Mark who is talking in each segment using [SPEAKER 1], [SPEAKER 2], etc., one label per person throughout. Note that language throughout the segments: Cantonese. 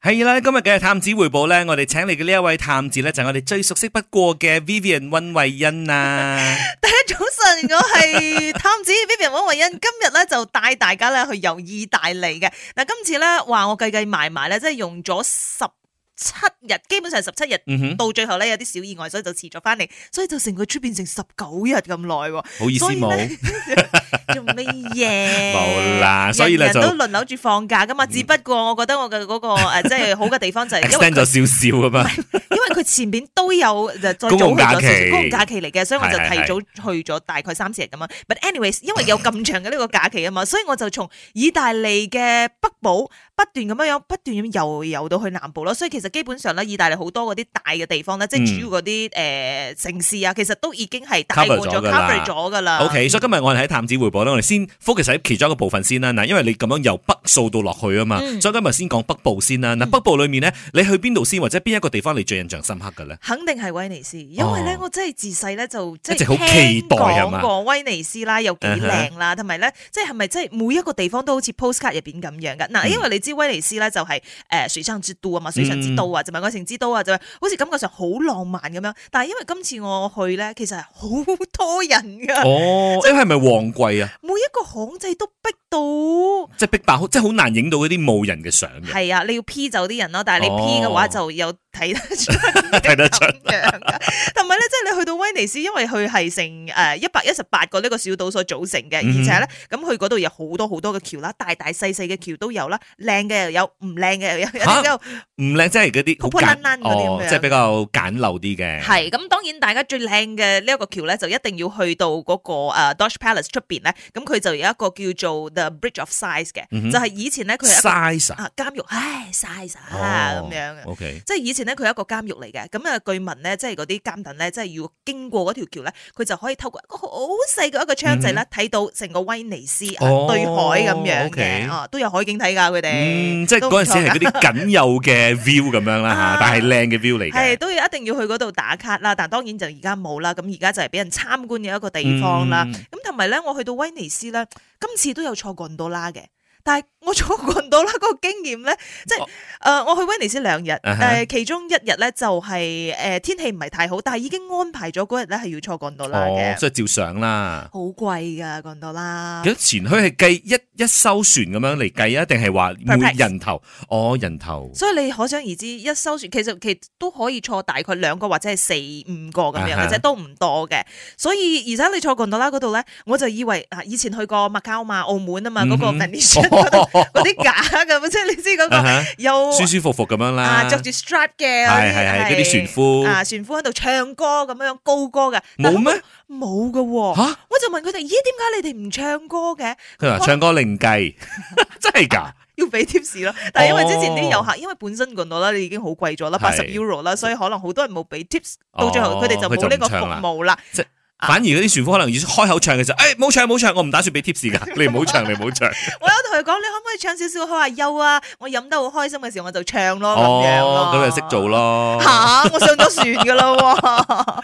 [SPEAKER 1] 係啦，今日嘅探子回報咧，我哋請嚟嘅呢一位探子咧，就係我哋最熟悉不過嘅 Vivian 温慧欣 啊。
[SPEAKER 2] 大家早晨，我係探子 Vivian 黃慧欣，今日咧就帶大家咧去遊意大利嘅。嗱，今次咧話我計計埋埋咧，即係用咗十七日，基本上十七日。
[SPEAKER 1] 嗯哼，
[SPEAKER 2] 到最後咧有啲小意外，所以就遲咗翻嚟，所以就成個 trip 變成十九日咁耐喎。
[SPEAKER 1] 好意思
[SPEAKER 2] 所以
[SPEAKER 1] 冇
[SPEAKER 2] 咧。做乜嘢？
[SPEAKER 1] 冇啦所以咧
[SPEAKER 2] 人人
[SPEAKER 1] 就嗯
[SPEAKER 2] 都輪流住放假噶嘛。只不過我覺得我嘅嗰個誒，即係好嘅地方就 係因為
[SPEAKER 1] extend 咗少少啊嘛，
[SPEAKER 2] 因為佢前面都有就再早去
[SPEAKER 1] 公共
[SPEAKER 2] 咗
[SPEAKER 1] 假
[SPEAKER 2] 少
[SPEAKER 1] 期
[SPEAKER 2] 少公共假期嚟嘅，所以我就
[SPEAKER 1] 係係
[SPEAKER 2] 提早去咗大概三四日咁樣。But anyways，因為有咁長嘅呢個假期啊 嘛，所以我就從意大利嘅北部不斷咁樣樣，不斷咁遊遊到去南部咯。所以其實基本上咧，意大利好多嗰啲大嘅地方咧，即
[SPEAKER 1] 嗯
[SPEAKER 2] 係主要嗰啲誒城市啊，其實都已經係大半
[SPEAKER 1] Cover
[SPEAKER 2] 咗
[SPEAKER 1] 咗㗎啦
[SPEAKER 2] cover 咗㗎啦。
[SPEAKER 1] OK，所以今日我哋喺探子回報咧，我哋先 focus 喺其中一個部分先啦。嗱，因為你咁樣由北數到落去啊嘛，
[SPEAKER 2] 嗯
[SPEAKER 1] 所以今日先講北部先啦。嗱，北部裏面咧，你去邊度先，或者邊一個地方你最印象深刻嘅咧？
[SPEAKER 2] 肯定係威尼斯，因為咧、
[SPEAKER 1] 哦
[SPEAKER 2] 我真係自細咧就即
[SPEAKER 1] 一直好期待係嘛嗯
[SPEAKER 2] 聽講過威尼斯啦，有幾靚啦，同埋咧即係係咪即係每一個地方都好似 postcard 入邊咁樣噶？
[SPEAKER 1] 嗯
[SPEAKER 2] 嗱，因為你知威尼斯咧就係、誒、水上之都啊嘛，水上之都啊，就係愛情之都啊，就係好似感覺上好浪漫咁樣。但係因為今次我去咧，其實係好多人噶，
[SPEAKER 1] 哦，因為係咪旺季啊？
[SPEAKER 2] 每一個巷仔都逼到。
[SPEAKER 1] 即係逼爆，即係好難影到嗰啲冇人嘅相嘅。
[SPEAKER 2] 係啊，你要 P 走啲人咯，但係你
[SPEAKER 1] 哦
[SPEAKER 2] P 嘅話就有睇得出
[SPEAKER 1] 睇得出
[SPEAKER 2] 咁樣㗎同埋咧，即係你去到威尼斯，因為佢係成誒一百一十八個呢個小島所組成嘅，而
[SPEAKER 1] 嗯
[SPEAKER 2] 且咧咁佢嗰度有好多好多嘅橋啦，大大細細嘅橋都有啦，靚嘅又有，唔靚嘅又有，有
[SPEAKER 1] 嚇
[SPEAKER 2] 啲有
[SPEAKER 1] 唔靚，即係啊嗰啲好
[SPEAKER 2] 鋪鋪
[SPEAKER 1] 簡哦
[SPEAKER 2] 爛爛嗰啲咁樣
[SPEAKER 1] 即係比較簡陋啲嘅。
[SPEAKER 2] 係咁，當然大家最靚嘅呢一個橋咧，就一定要去到嗰、個誒 Dutch Palace 出邊咧，咁佢就有一個叫做 The Bridge of Sighs 嘅，
[SPEAKER 1] 嗯哼
[SPEAKER 2] 就係以前咧佢係一個
[SPEAKER 1] size 啊
[SPEAKER 2] 啊監獄，唉曬晒
[SPEAKER 1] 哦
[SPEAKER 2] 咁樣嘅。
[SPEAKER 1] OK，
[SPEAKER 2] 即係以前咧，佢係一個監獄嚟嘅，咁啊據聞咧，即係嗰啲監躉咧，即係要經過嗰條橋咧，佢就可以透過一個好細嘅一個窗仔
[SPEAKER 1] 嗯
[SPEAKER 2] 咧，睇到成個威尼斯啊
[SPEAKER 1] 哦
[SPEAKER 2] 對海咁樣
[SPEAKER 1] OK
[SPEAKER 2] 嘅，啊都有海景睇㗎佢
[SPEAKER 1] 哦嗯，
[SPEAKER 2] 哋，
[SPEAKER 1] 即係
[SPEAKER 2] 都唔
[SPEAKER 1] 嗰陣時
[SPEAKER 2] 錯㗎
[SPEAKER 1] 係嗰啲僅有嘅 view 咁樣啦嚇
[SPEAKER 2] 啊，
[SPEAKER 1] 但係靚嘅 view 嚟
[SPEAKER 2] 係
[SPEAKER 1] 嘅。
[SPEAKER 2] 都要一定要去嗰度打卡啦，但當然就而家冇啦，咁而家就係俾人參觀嘅一個地方啦。
[SPEAKER 1] 嗯
[SPEAKER 2] 咁同埋咧，我去到威尼斯咧，今次都有坐gondola 嘅。但係我坐gondola 嗰個經驗咧，即係誒、呃我去威尼斯兩日，誒、
[SPEAKER 1] 嗯啊哈
[SPEAKER 2] 其中一日咧就係、呃天氣唔係太好，但係已經安排咗嗰日咧係要坐gondola
[SPEAKER 1] 哦
[SPEAKER 2] 嘅，，
[SPEAKER 1] 所以照相啦。
[SPEAKER 2] 好貴噶 gondola
[SPEAKER 1] 幾多錢？佢係計一一艘船咁樣嚟計啊？定係話每
[SPEAKER 2] pax
[SPEAKER 1] 人頭？哦，人頭。
[SPEAKER 2] 所以你可想而知，一艘船其實其實都可以坐大概兩個或者係四五個咁樣
[SPEAKER 1] 啊哈
[SPEAKER 2] 嘅啫，都唔多嘅。所以而且你坐gondola 嗰度咧，我就以為啊，以前去過麥交嘛、澳門啊嘛，嗰、個
[SPEAKER 1] 嗯哼
[SPEAKER 2] Venetian 嗰度嗰啲架咁， 即係你知嗰、個
[SPEAKER 1] 啊哈
[SPEAKER 2] 有
[SPEAKER 1] 舒舒服服咁樣啦
[SPEAKER 2] 啊，着住 strap
[SPEAKER 1] 係
[SPEAKER 2] 嘅，
[SPEAKER 1] 係係嗰啲船夫
[SPEAKER 2] 啊，船夫喺度唱歌咁樣高歌嘅，但
[SPEAKER 1] 冇咩
[SPEAKER 2] 冇嘅喎。
[SPEAKER 1] 吓？
[SPEAKER 2] 我就問佢哋：咦，點解你哋唔唱歌嘅？
[SPEAKER 1] 佢話唱歌另計，真係㗎。
[SPEAKER 2] 要俾 tips 咯，但係因為之前啲遊客，
[SPEAKER 1] 哦
[SPEAKER 2] 因為本身gondola 你已經好貴咗啦，八十
[SPEAKER 1] 係
[SPEAKER 2] euro 啦，所以可能好多人冇俾 tips，
[SPEAKER 1] 哦
[SPEAKER 2] 到最後佢哋就冇呢個服務啦。啊
[SPEAKER 1] 反而嗰啲船夫可能要開口唱嘅時候，誒冇唱冇唱，我唔打算俾 tips 㗎，你唔好唱，你唔好唱。
[SPEAKER 2] 我有同佢講，你可唔可以唱少少？佢話有啊，我飲得好開心嘅時候我就唱咯咁樣
[SPEAKER 1] 哦，
[SPEAKER 2] 咯。
[SPEAKER 1] 咁就識做咯。
[SPEAKER 2] 吓，我上咗船噶啦喎。嗯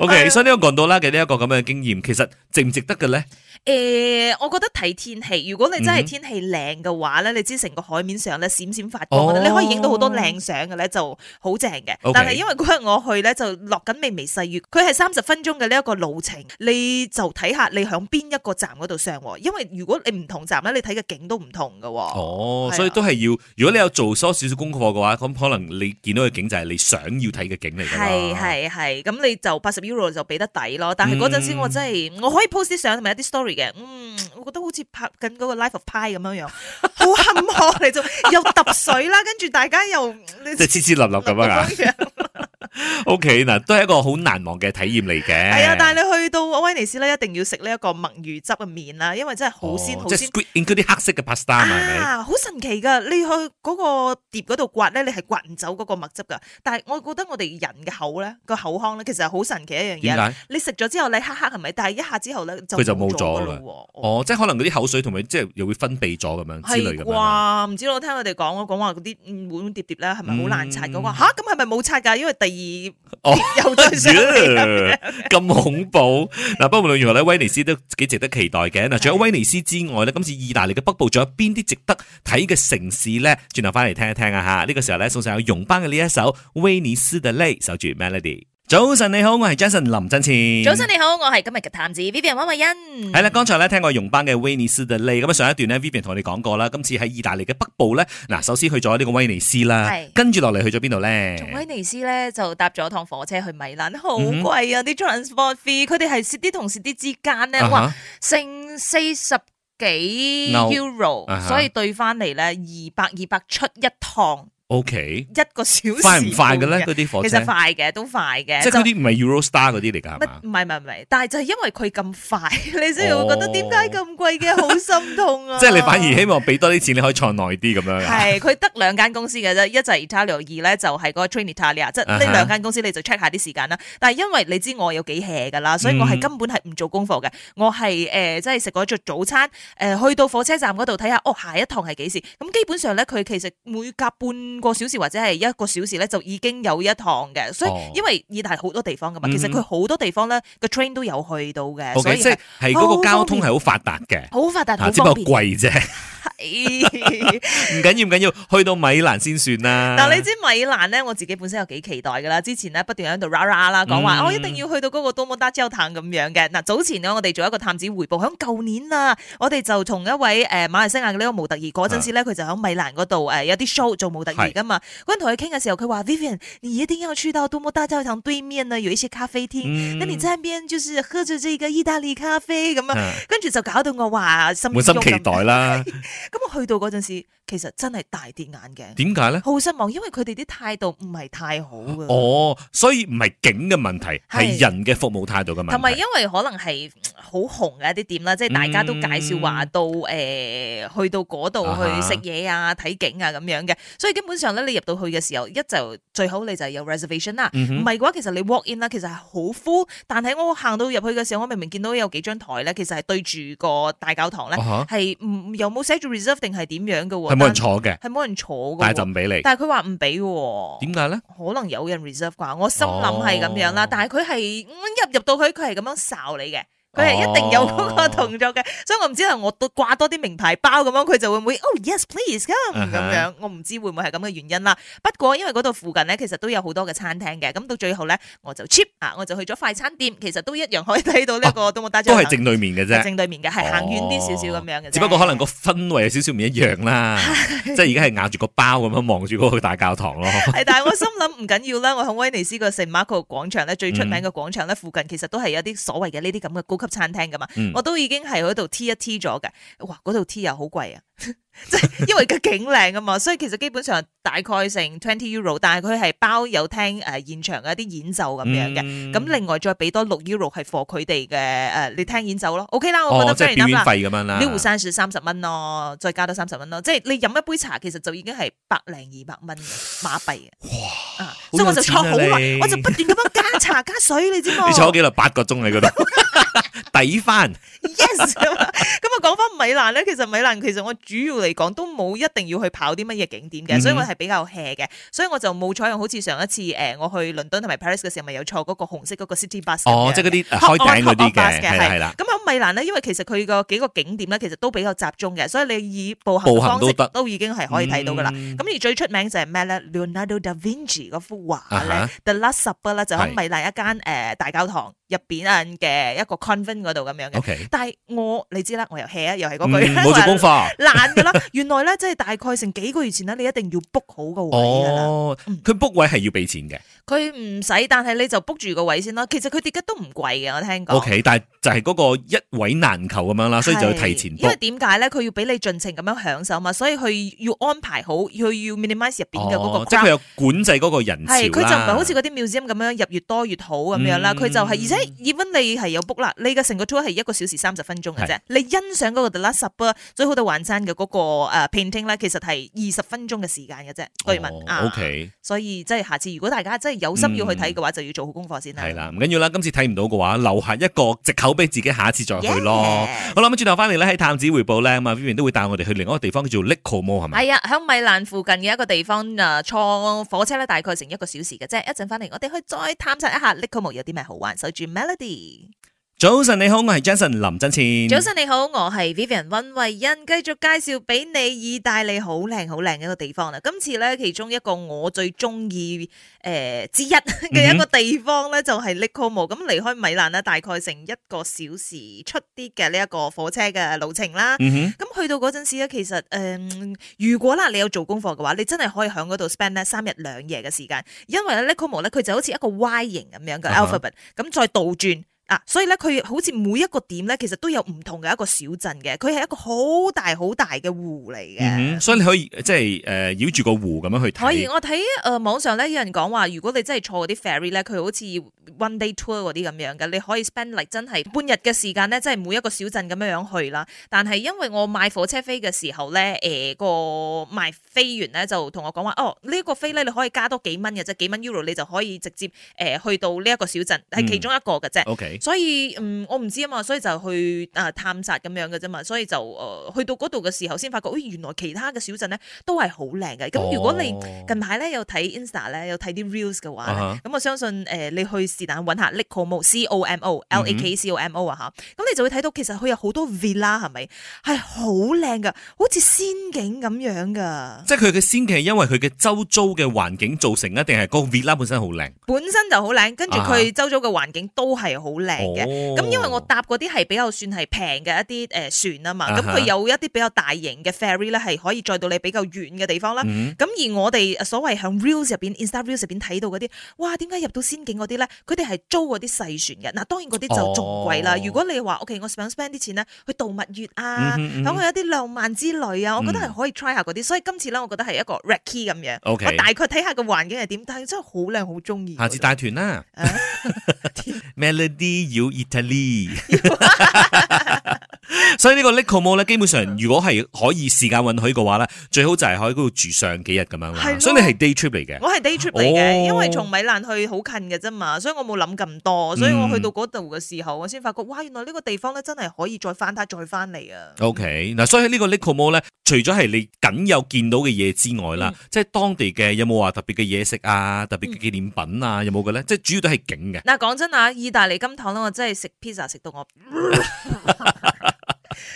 [SPEAKER 1] OK，所以呢個講到啦嘅呢一個咁樣嘅經驗，其實值唔值得嘅咧？
[SPEAKER 2] 誒、呃我覺得睇天氣。如果你
[SPEAKER 1] 嗯
[SPEAKER 2] 真係天氣靚嘅話咧，你知成個海面上咧閃閃發光嘅咧，你可以影到好多靚相嘅咧，就好正嘅。
[SPEAKER 1] 哦 OK
[SPEAKER 2] 但係因為嗰日我去咧，就落緊微微細雨，佢係三十分鐘嘅呢一個路程，你就睇下你響邊一個站嗰度上喎。因為如果你唔同站咧，你睇嘅景都唔同嘅喎。
[SPEAKER 1] 哦
[SPEAKER 2] 係，啊
[SPEAKER 1] 所以都係要，如果你有做多少少功課嘅話，咁可能你見到嘅景就係你想要睇嘅景嚟㗎啦。
[SPEAKER 2] 係係係，咁你就八十 euro 就俾得抵咯。但係嗰陣時
[SPEAKER 1] 嗯
[SPEAKER 2] 我真係我可以 post 啲相同埋一啲 story 嘅，嗯，我覺得好似拍緊嗰個 Life of Pi 咁樣樣，好坎坷嚟做，又揼水啦，跟住大家又你
[SPEAKER 1] 即係黐黐立立咁樣 啊
[SPEAKER 2] 樣。
[SPEAKER 1] ！OK，嗱，都係一個好難忘嘅體驗嚟嘅。
[SPEAKER 2] 係
[SPEAKER 1] 係
[SPEAKER 2] 啊，但係你去到威尼斯咧，一定要食呢一個墨魚汁嘅麵啦，因為真係好鮮好
[SPEAKER 1] 哦即
[SPEAKER 2] 鮮
[SPEAKER 1] 係。squid in 嗰啲黑色嘅 pasta 係咪？
[SPEAKER 2] 啊，好神奇噶！你去嗰個碟嗰度刮咧，你係刮唔走嗰個墨汁噶。但係我覺得我哋人嘅口咧，個口腔咧，其實係啊好神奇一樣嘢
[SPEAKER 1] 點。解？
[SPEAKER 2] 你食咗之後你黑黑係咪？但係一下之後咧就
[SPEAKER 1] 佢就冇咗
[SPEAKER 2] 㗎
[SPEAKER 1] 啦
[SPEAKER 2] 嘞喎。
[SPEAKER 1] 哦，即係可能嗰啲口水同埋即係又會分泌咗咁樣之類
[SPEAKER 2] 係
[SPEAKER 1] 咁樣啊啦。
[SPEAKER 2] 啩？唔知咯我聽佢哋講，我講話嗰啲嗯碗碗碟碟咧係咪好難刷
[SPEAKER 1] 嗯
[SPEAKER 2] 嗰個？吓咁係咪冇刷㗎？因為第二
[SPEAKER 3] 意
[SPEAKER 1] 哦
[SPEAKER 3] 又再上嚟咁樣。
[SPEAKER 1] 咁恐怖嗱，不過無論如何咧，威尼斯都幾值得期待嘅。嗱，除咗威尼斯之外咧，今次意大利嘅北部仲有邊啲值得睇嘅城市咧？轉頭翻嚟聽一聽啊吓，呢個時候咧送上有容班嘅呢一首《威尼斯的淚》，守住 Melody。早晨你好，我係 Jason 林振前。
[SPEAKER 3] 早晨你好，我係今日嘅探子
[SPEAKER 2] 嗯
[SPEAKER 3] Vivian 温慧欣。
[SPEAKER 1] 係啦，剛才咧聽過容班嘅威尼斯的利，咁啊上一段咧 Vivian 同我哋講過啦，今次喺意大利嘅北部咧，嗱首先去咗呢個威尼斯啦
[SPEAKER 2] 係，
[SPEAKER 1] 跟住落嚟去咗邊度
[SPEAKER 2] 從
[SPEAKER 1] 咧
[SPEAKER 2] 威？尼斯咧就搭咗趟火車去米
[SPEAKER 1] 嗯
[SPEAKER 2] 蘭，好貴啊！啲 transport fee，佢哋係 city 同 city 之間咧，
[SPEAKER 1] 啊
[SPEAKER 2] 哇，
[SPEAKER 1] 哈
[SPEAKER 2] 成四十幾
[SPEAKER 1] 歐
[SPEAKER 2] euro，、
[SPEAKER 1] 啊哈
[SPEAKER 2] 所以對翻嚟咧二百二百出一趟
[SPEAKER 1] ，OK，
[SPEAKER 2] 一個小時，
[SPEAKER 1] 快唔快嘅咧？？嗰啲火
[SPEAKER 2] 其
[SPEAKER 1] 車
[SPEAKER 2] 實，快嘅，都快嘅，
[SPEAKER 1] 即係嗰
[SPEAKER 2] 就
[SPEAKER 1] 啲唔係 Eurostar 嗰啲嚟㗎係嘛
[SPEAKER 2] 乜？唔係唔係唔係，但係就係因為佢咁快，你先會覺
[SPEAKER 1] 哦
[SPEAKER 2] 得點解咁貴嘅，好心痛啊！
[SPEAKER 1] 即係你反而希望俾多啲錢，你可以坐耐啲咁樣啊。
[SPEAKER 2] 係佢得兩間公司嘅啫，一就係 Italia，二咧就係嗰個 Train Italia，即係
[SPEAKER 1] 啊
[SPEAKER 2] 呢
[SPEAKER 1] 哈
[SPEAKER 2] 兩間公司你就 check 下啲時間啦。但係因為你知我有幾 hea 噶啦，所以我
[SPEAKER 1] 嗯
[SPEAKER 2] 係根本係唔做功課嘅。我係誒、呃即係食嗰隻早餐，誒、呃去到火車站嗰度睇下，哦下一趟係幾時？咁基本上咧，佢其實每隔半個小時或者係一個小時咧，就已經有一趟嘅。所以、
[SPEAKER 1] 哦
[SPEAKER 2] 因為意大利好多地方噶嘛，
[SPEAKER 1] 嗯
[SPEAKER 2] 其實佢好多地方咧個 train 都有去到嘅
[SPEAKER 1] O
[SPEAKER 2] 所
[SPEAKER 1] K，
[SPEAKER 2] 以
[SPEAKER 1] 即係係
[SPEAKER 2] 係
[SPEAKER 1] 嗰個交通係好發達嘅。
[SPEAKER 2] 好發達，
[SPEAKER 1] 啊
[SPEAKER 2] 好
[SPEAKER 1] 只不過
[SPEAKER 2] 方便。
[SPEAKER 1] 貴啫， 唔緊要唔緊要，去到米蘭先算啦。
[SPEAKER 2] 嗱，你知米蘭咧，我自己本身有幾期待噶啦。之前咧不斷喺度啦啦啦講話，
[SPEAKER 1] 嗯
[SPEAKER 2] 我一定要去到嗰個多摩達焦坦咁樣嘅。嗱，早前呢，我哋做一個探子回報，響舊年啦，我哋就同一位誒、呃、馬來西亞嘅呢個模特兒嗰陣時咧，佢就響米蘭嗰度誒有啲 show 做模特兒噶嘛。嗰陣同佢傾嘅時候，佢話 Vivian，你一定要去到多摩達焦坦對面啊呢，有一些咖啡廳，
[SPEAKER 1] 嗯
[SPEAKER 2] 那你在那邊就是喝着這個意大利咖啡咁啊。
[SPEAKER 1] 啊
[SPEAKER 2] 跟住就搞到我話心
[SPEAKER 1] 滿心期
[SPEAKER 2] 喐咁
[SPEAKER 1] 待啦。
[SPEAKER 2] 咁我去到嗰陣時，其實真係大跌眼鏡。
[SPEAKER 1] 點 解咧？
[SPEAKER 2] 好失望，因為佢哋啲態度唔係太好嘅。
[SPEAKER 1] 哦，所以唔係景嘅問題，係
[SPEAKER 2] 係
[SPEAKER 1] 人嘅服務態度嘅
[SPEAKER 2] 同埋，
[SPEAKER 1] 問
[SPEAKER 2] 因
[SPEAKER 1] 題。
[SPEAKER 2] 為可能係嗯好紅嘅一啲店啦，即係大家都介紹話到誒、呃去到嗰度
[SPEAKER 1] 嗯啊哈
[SPEAKER 2] 去食嘢啊、睇景啊咁樣嘅，所以基本上咧，你入到去嘅時候，一就最好你就有 reservation 啦。
[SPEAKER 1] 嗯哼
[SPEAKER 2] 唔係嘅話，其實你 walk in 啦，其實係好 full。但係我行到入去嘅時候，我明明見到有幾張台咧，其實係對住個大教堂咧
[SPEAKER 1] 啊，哈
[SPEAKER 2] 係唔又冇寫住 reserve 定係點樣嘅喎？
[SPEAKER 1] 係冇人，坐嘅，
[SPEAKER 2] 係冇人坐嘅喎。
[SPEAKER 1] 但係就唔俾你。
[SPEAKER 2] 但係佢話唔俾喎。
[SPEAKER 1] 點解咧？
[SPEAKER 2] 可能有人 reserve 啩，我心諗係咁樣啦。
[SPEAKER 1] 哦
[SPEAKER 2] 但係佢係嗯入入到去，佢係咁樣哨你嘅，佢
[SPEAKER 1] 哦
[SPEAKER 2] 係一定有嗰個動作嘅。 所以我唔知係我多掛多啲名牌包咁樣，佢就會唔會哦 yes please come
[SPEAKER 1] 啊
[SPEAKER 2] 咁
[SPEAKER 1] 哈
[SPEAKER 2] 樣？我唔知會唔會係咁嘅原因啦。不過因為嗰度附近咧，其實都有好多嘅餐廳嘅。咁到最後咧，我就 cheap 啊，我就去咗快餐店，其實都一樣可以睇到呢個多摩達
[SPEAKER 1] 哦都係正對面嘅啫。哦
[SPEAKER 2] 正對面嘅，係行遠啲少少咁樣嘅啫。
[SPEAKER 1] 只不過可能個氛圍有少少唔一樣啦，即係而家係咬住個包咁樣望住嗰個大教堂咯。
[SPEAKER 2] 係，但係我心諗唔緊要啦。我喺威尼斯個聖馬可廣場咧，最出名
[SPEAKER 1] 嗯
[SPEAKER 2] 嘅廣場咧，附近其實都係有啲所謂嘅呢啲咁嘅高級餐廳噶嘛。
[SPEAKER 1] 嗯
[SPEAKER 2] 我都已經係喺度 T 一 T 咗嘅。哇，嗰度 T 又好貴啊！ 即係因為個景靚啊嘛，所以其實基本上大概成 twenty euro，但係佢係包有聽誒現場嘅一啲演奏咁樣嘅。
[SPEAKER 1] 嗯
[SPEAKER 2] 咁、另外再俾多六 euro 係 for 佢哋嘅誒，你聽演奏咯。OK 啦，我
[SPEAKER 1] 哦，即
[SPEAKER 2] 覺
[SPEAKER 1] 係
[SPEAKER 2] 得
[SPEAKER 1] 表
[SPEAKER 2] fair enough
[SPEAKER 1] 演
[SPEAKER 2] 啦。
[SPEAKER 1] 費咁樣啦。
[SPEAKER 2] 呢壺山雪三十蚊咯，再加多三十蚊咯，即係你飲一杯茶其實就已經係百零二百蚊嘅馬幣嘅。哇！啊，所以我就坐好
[SPEAKER 1] 好有錢啊你
[SPEAKER 2] 耐，我就不斷咁樣加茶加水，你知 冇？
[SPEAKER 1] 你坐咗幾耐？八個鐘喺嗰度， 抵翻。
[SPEAKER 2] yes 咁啊，講翻米蘭咧，其實米蘭其實我主要嚟講都冇一定要去跑啲乜嘢景點
[SPEAKER 1] 嗯哼
[SPEAKER 2] 嘅，所以我係比較 hea 嘅，所以我就冇採用好似上一次誒、呃我去倫敦同埋 Paris 嘅時候，咪有坐嗰個紅色嗰個 city bus 咁
[SPEAKER 1] 哦，
[SPEAKER 2] 樣
[SPEAKER 1] 即係嗰啲呃
[SPEAKER 2] 嘅
[SPEAKER 1] 開頂嗰啲
[SPEAKER 2] Hop on, hop off
[SPEAKER 1] 嘅，
[SPEAKER 2] 嘅
[SPEAKER 1] 係啦係啦。
[SPEAKER 2] 咁喺米蘭咧，因為其實佢個幾個景點咧，其實都比較集中嘅，所以你以步行
[SPEAKER 1] 步
[SPEAKER 2] 嘅
[SPEAKER 1] 行
[SPEAKER 2] 方
[SPEAKER 1] 都
[SPEAKER 2] 式
[SPEAKER 1] 得
[SPEAKER 2] 都已經係可以睇到噶啦。
[SPEAKER 1] 嗯
[SPEAKER 2] 咁、而最出名就係咩咧？Leonardo da Vinci 嗰幅畫咧
[SPEAKER 1] 啊哈
[SPEAKER 2] ，The Last Supper 啦，就
[SPEAKER 1] 係
[SPEAKER 2] 喺米蘭一間誒、呃大教堂入邊啊嘅一個 convent 嗰度咁樣嘅。
[SPEAKER 1] OK，
[SPEAKER 2] 但係我你知啦，我又 hea 啊，又係嗰
[SPEAKER 1] 哦嗯
[SPEAKER 2] 句
[SPEAKER 1] 冇做功。課。
[SPEAKER 2] 難噶啦，原來咧即係大概成幾個月前咧，你一定要 book 好個位噶啦。
[SPEAKER 1] 哦
[SPEAKER 2] 嗯，
[SPEAKER 1] 佢 book 位係要俾錢嘅
[SPEAKER 2] 佢唔使，但係你就 book 住個位先啦。其實佢跌得都唔貴嘅，我聽講。
[SPEAKER 1] ，OK，但係就係嗰個一位難求咁樣啦，所以就要提前
[SPEAKER 2] 哦係因為
[SPEAKER 1] book。
[SPEAKER 2] 點解咧？佢要俾你盡情咁樣享受嘛，所以佢要安排好，佢要 minimize 入邊嘅嗰個
[SPEAKER 1] 哦即係佢
[SPEAKER 2] crowd。啊
[SPEAKER 1] 有管制嗰個人潮
[SPEAKER 2] 係佢就唔係
[SPEAKER 1] 啦
[SPEAKER 2] 好似嗰啲 museum 咁樣入越多越好咁樣啦，
[SPEAKER 1] 嗯
[SPEAKER 2] 佢就係而且 even 你係有 book 啦，你嘅成成個 tour 係一個小時三十分鐘嘅啫
[SPEAKER 1] 係。
[SPEAKER 2] 你欣賞嗰個 The Last Supper 最好到還山嘅嗰個誒 painting 咧，其實係二十分鐘嘅時間嘅啫。據聞啊
[SPEAKER 1] O K，
[SPEAKER 2] 所以即係下次如果大家真係有心要去睇嘅話，就要做好功課先啦。
[SPEAKER 1] 嗯係啦，唔緊要啦。今次睇唔到嘅話，留下一個藉口俾自己下一次再去咯。
[SPEAKER 2] Yeah
[SPEAKER 1] 好啦，咁轉頭翻嚟咧喺探子回報咧，咁啊 Vivian 都會帶我哋去另一個地方叫做 Lico Mall 係咪？
[SPEAKER 2] 係啊，喺米蘭附近嘅一個地方啊，坐火車咧大概成一個小時嘅啫。一陣翻嚟，我哋去再探索一下 l i c o m o 有啲咩好玩。守住 Melody。
[SPEAKER 1] 早晨你好，我係 Jason 林振前。
[SPEAKER 2] 早晨你好，我係 Vivian 温慧欣，繼續介紹俾你意大利好靚好靚嘅一個地方啦。今次咧，其中一個我最中意誒之一嘅一個地方咧，就係 Licomo。咁離開米蘭咧，大概成一個小時出啲嘅呢一個火車嘅路程啦。
[SPEAKER 1] 嗯哼，
[SPEAKER 2] 咁去到嗰陣時咧，其實誒、嗯如果啦你有做功課嘅話，你真係可以喺嗰度 spend 咧三日兩夜嘅時間，因為咧 Licomo 咧佢就好似一個 Y 型咁樣嘅
[SPEAKER 1] 啊哈
[SPEAKER 2] alphabet，咁再倒轉。啊，所以咧，佢好似每一個點咧，其實都有唔同嘅一個小鎮嘅，佢係一個好大好大嘅湖嚟嘅。
[SPEAKER 1] 嗯哼，所以你可以即係誒繞住個湖咁樣去
[SPEAKER 2] 可以，
[SPEAKER 1] 睇。
[SPEAKER 2] 我睇誒、呃、網上咧有人講話，如果你真係坐嗰啲 ferry 咧，佢好似 one day tour 嗰啲咁樣嘅，你可以 spend 嚟真係半日嘅時間咧，即係每一個小鎮咁樣樣去啦。但係因為我買火車飛嘅時候咧，誒、個賣飛員咧就同我講話，哦呢、一個飛咧你可以加多幾蚊嘅啫，幾蚊 euro 你就可以直接誒、呃去到呢一個小鎮，係其中一個嘅啫。
[SPEAKER 1] O K，
[SPEAKER 2] 所以嗯，我唔知啊嘛，所以就去啊、探索咁樣嘅啫嘛，所以就誒、呃去到嗰度嘅時候先發覺，咦、原來其他嘅小鎮咧都係好靚嘅。咁如果你
[SPEAKER 1] 哦
[SPEAKER 2] 近排咧有睇 Insta 咧，有睇啲 Reels 嘅話咧，咁
[SPEAKER 1] 啊、
[SPEAKER 2] 我相信誒、呃你去是但揾下 Lacomo C O M O
[SPEAKER 1] 嗯
[SPEAKER 2] L A K C O M O 啊嚇，咁你就會睇到其實佢有好多 villa 係咪係好靚噶，好似仙境咁樣噶，
[SPEAKER 1] 即係佢嘅先期，因為佢嘅周遭嘅環境造成，一定係個 villa 本身好靚。
[SPEAKER 2] 本身就好靚，跟住
[SPEAKER 1] 啊哈
[SPEAKER 2] 佢周遭嘅環境都係好靚嘅。
[SPEAKER 1] 哦
[SPEAKER 2] 咁因為我搭嗰啲係比較算係平嘅一啲誒船啊嘛，咁
[SPEAKER 1] 啊哈
[SPEAKER 2] 佢、有一啲比較大型嘅 ferry 咧，係可以載到你比較遠嘅地方啦。咁、
[SPEAKER 1] 嗯
[SPEAKER 2] 而我哋呃所謂向 reels 入邊、Insta reels 入邊睇到嗰啲，哇！點解入到仙境嗰啲咧？佢哋係租嗰啲細船嘅。嗱，當然嗰啲就仲貴啦。
[SPEAKER 1] 哦
[SPEAKER 2] 如果你話 OK，我想 spend 啲錢咧去度蜜月啊，
[SPEAKER 1] 嗯哼嗯
[SPEAKER 2] 咁
[SPEAKER 1] 哼
[SPEAKER 2] 去一啲浪漫之旅啊，我覺得
[SPEAKER 1] 嗯
[SPEAKER 2] 係可以 try 下嗰啲。所以今次咧，我覺得係一個 r e c y 咁樣。
[SPEAKER 1] OK
[SPEAKER 2] 我大概睇下個環境係點，但係真係好靚，好中意嗰度。
[SPEAKER 1] 下次帶團啦
[SPEAKER 2] 啊。
[SPEAKER 1] Melody 要 Italy，所以呢個 Licomo 咧，基本
[SPEAKER 2] 嗯
[SPEAKER 1] 上如果係可以時間允許嘅話咧，最好就係喺嗰度住上幾日咁樣
[SPEAKER 2] 係咯
[SPEAKER 1] 啦。所以你係 day trip 嚟嘅。
[SPEAKER 2] 我係 day trip 嚟嘅，
[SPEAKER 1] 哦
[SPEAKER 2] 因為從米蘭去好近嘅啫嘛，所以我冇諗咁多，所以我去到嗰度嘅時候，我先發覺，哇！原來呢個地方咧真係可以再翻睇再翻嚟啊！
[SPEAKER 1] O K，嗱，所以呢個 Licomo 咧，除咗係你僅有見到嘅嘢之外啦，
[SPEAKER 2] 嗯
[SPEAKER 1] 即係當地嘅有冇話特別嘅嘢食啊，特別嘅紀念品啊，有冇嘅咧？即係主要都係景嘅。
[SPEAKER 2] 嗱，講真啊，意大利金糖咧，我真係食 pizza 食到我，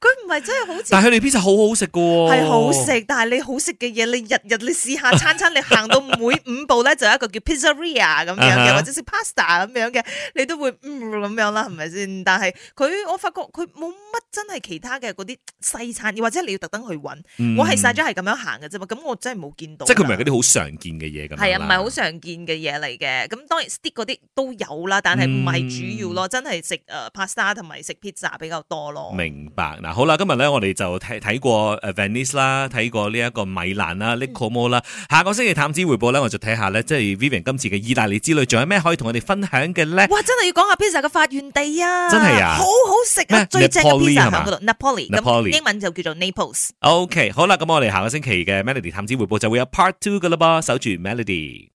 [SPEAKER 2] 佢唔係真係好似
[SPEAKER 1] 但係佢哋 pizza 好好食嘅喎，
[SPEAKER 2] 係好食，但係你好食嘅嘢，你日日你試下餐餐，你行到每五步咧就有一 個叫 pizzeria 咁
[SPEAKER 1] 啊
[SPEAKER 2] 樣嘅，
[SPEAKER 1] 哈
[SPEAKER 2] 或者食 pasta 咁樣嘅，你都會嗯咁樣啦，係咪先？但係佢我發覺佢冇乜真係其他嘅嗰啲西餐，或者你要特登去揾。
[SPEAKER 1] 嗯。
[SPEAKER 2] 我係晒咗係咁樣行嘅啫嘛，咁我真係冇見到啦。
[SPEAKER 1] 即係佢唔係嗰啲好常見嘅嘢咁樣啦。
[SPEAKER 2] 係啊，唔係好常見嘅嘢嚟嘅。咁當然 stick 嗰啲都有啦，但係唔
[SPEAKER 1] 嗯
[SPEAKER 2] 係主要咯，真係食誒 pasta 同埋食 pizza 比較多咯。
[SPEAKER 1] 明白嗱，好啦，今日咧我哋就睇睇過誒 Venice 啦，睇過呢一個米蘭啦 l i c o m o 啦。下個星期探子回報咧，我就睇下咧，即係 Vivian 今次嘅意大利之旅，仲有咩可以同我哋分享嘅咧？
[SPEAKER 2] 哇！真係要講下 pizza 嘅發源地啊，
[SPEAKER 1] 真係啊
[SPEAKER 2] 好好食啊，
[SPEAKER 1] 咩
[SPEAKER 2] 最正嘅
[SPEAKER 1] Napoli
[SPEAKER 2] pizza
[SPEAKER 1] 係嘛
[SPEAKER 2] 喺嗰度，Napoli，咁
[SPEAKER 1] Napoli
[SPEAKER 2] 英文就叫做 Naples。
[SPEAKER 1] OK，好啦，咁我哋下個星期嘅 Melody 探子回報就會有 Part Two 噶啦噃，守住 Melody。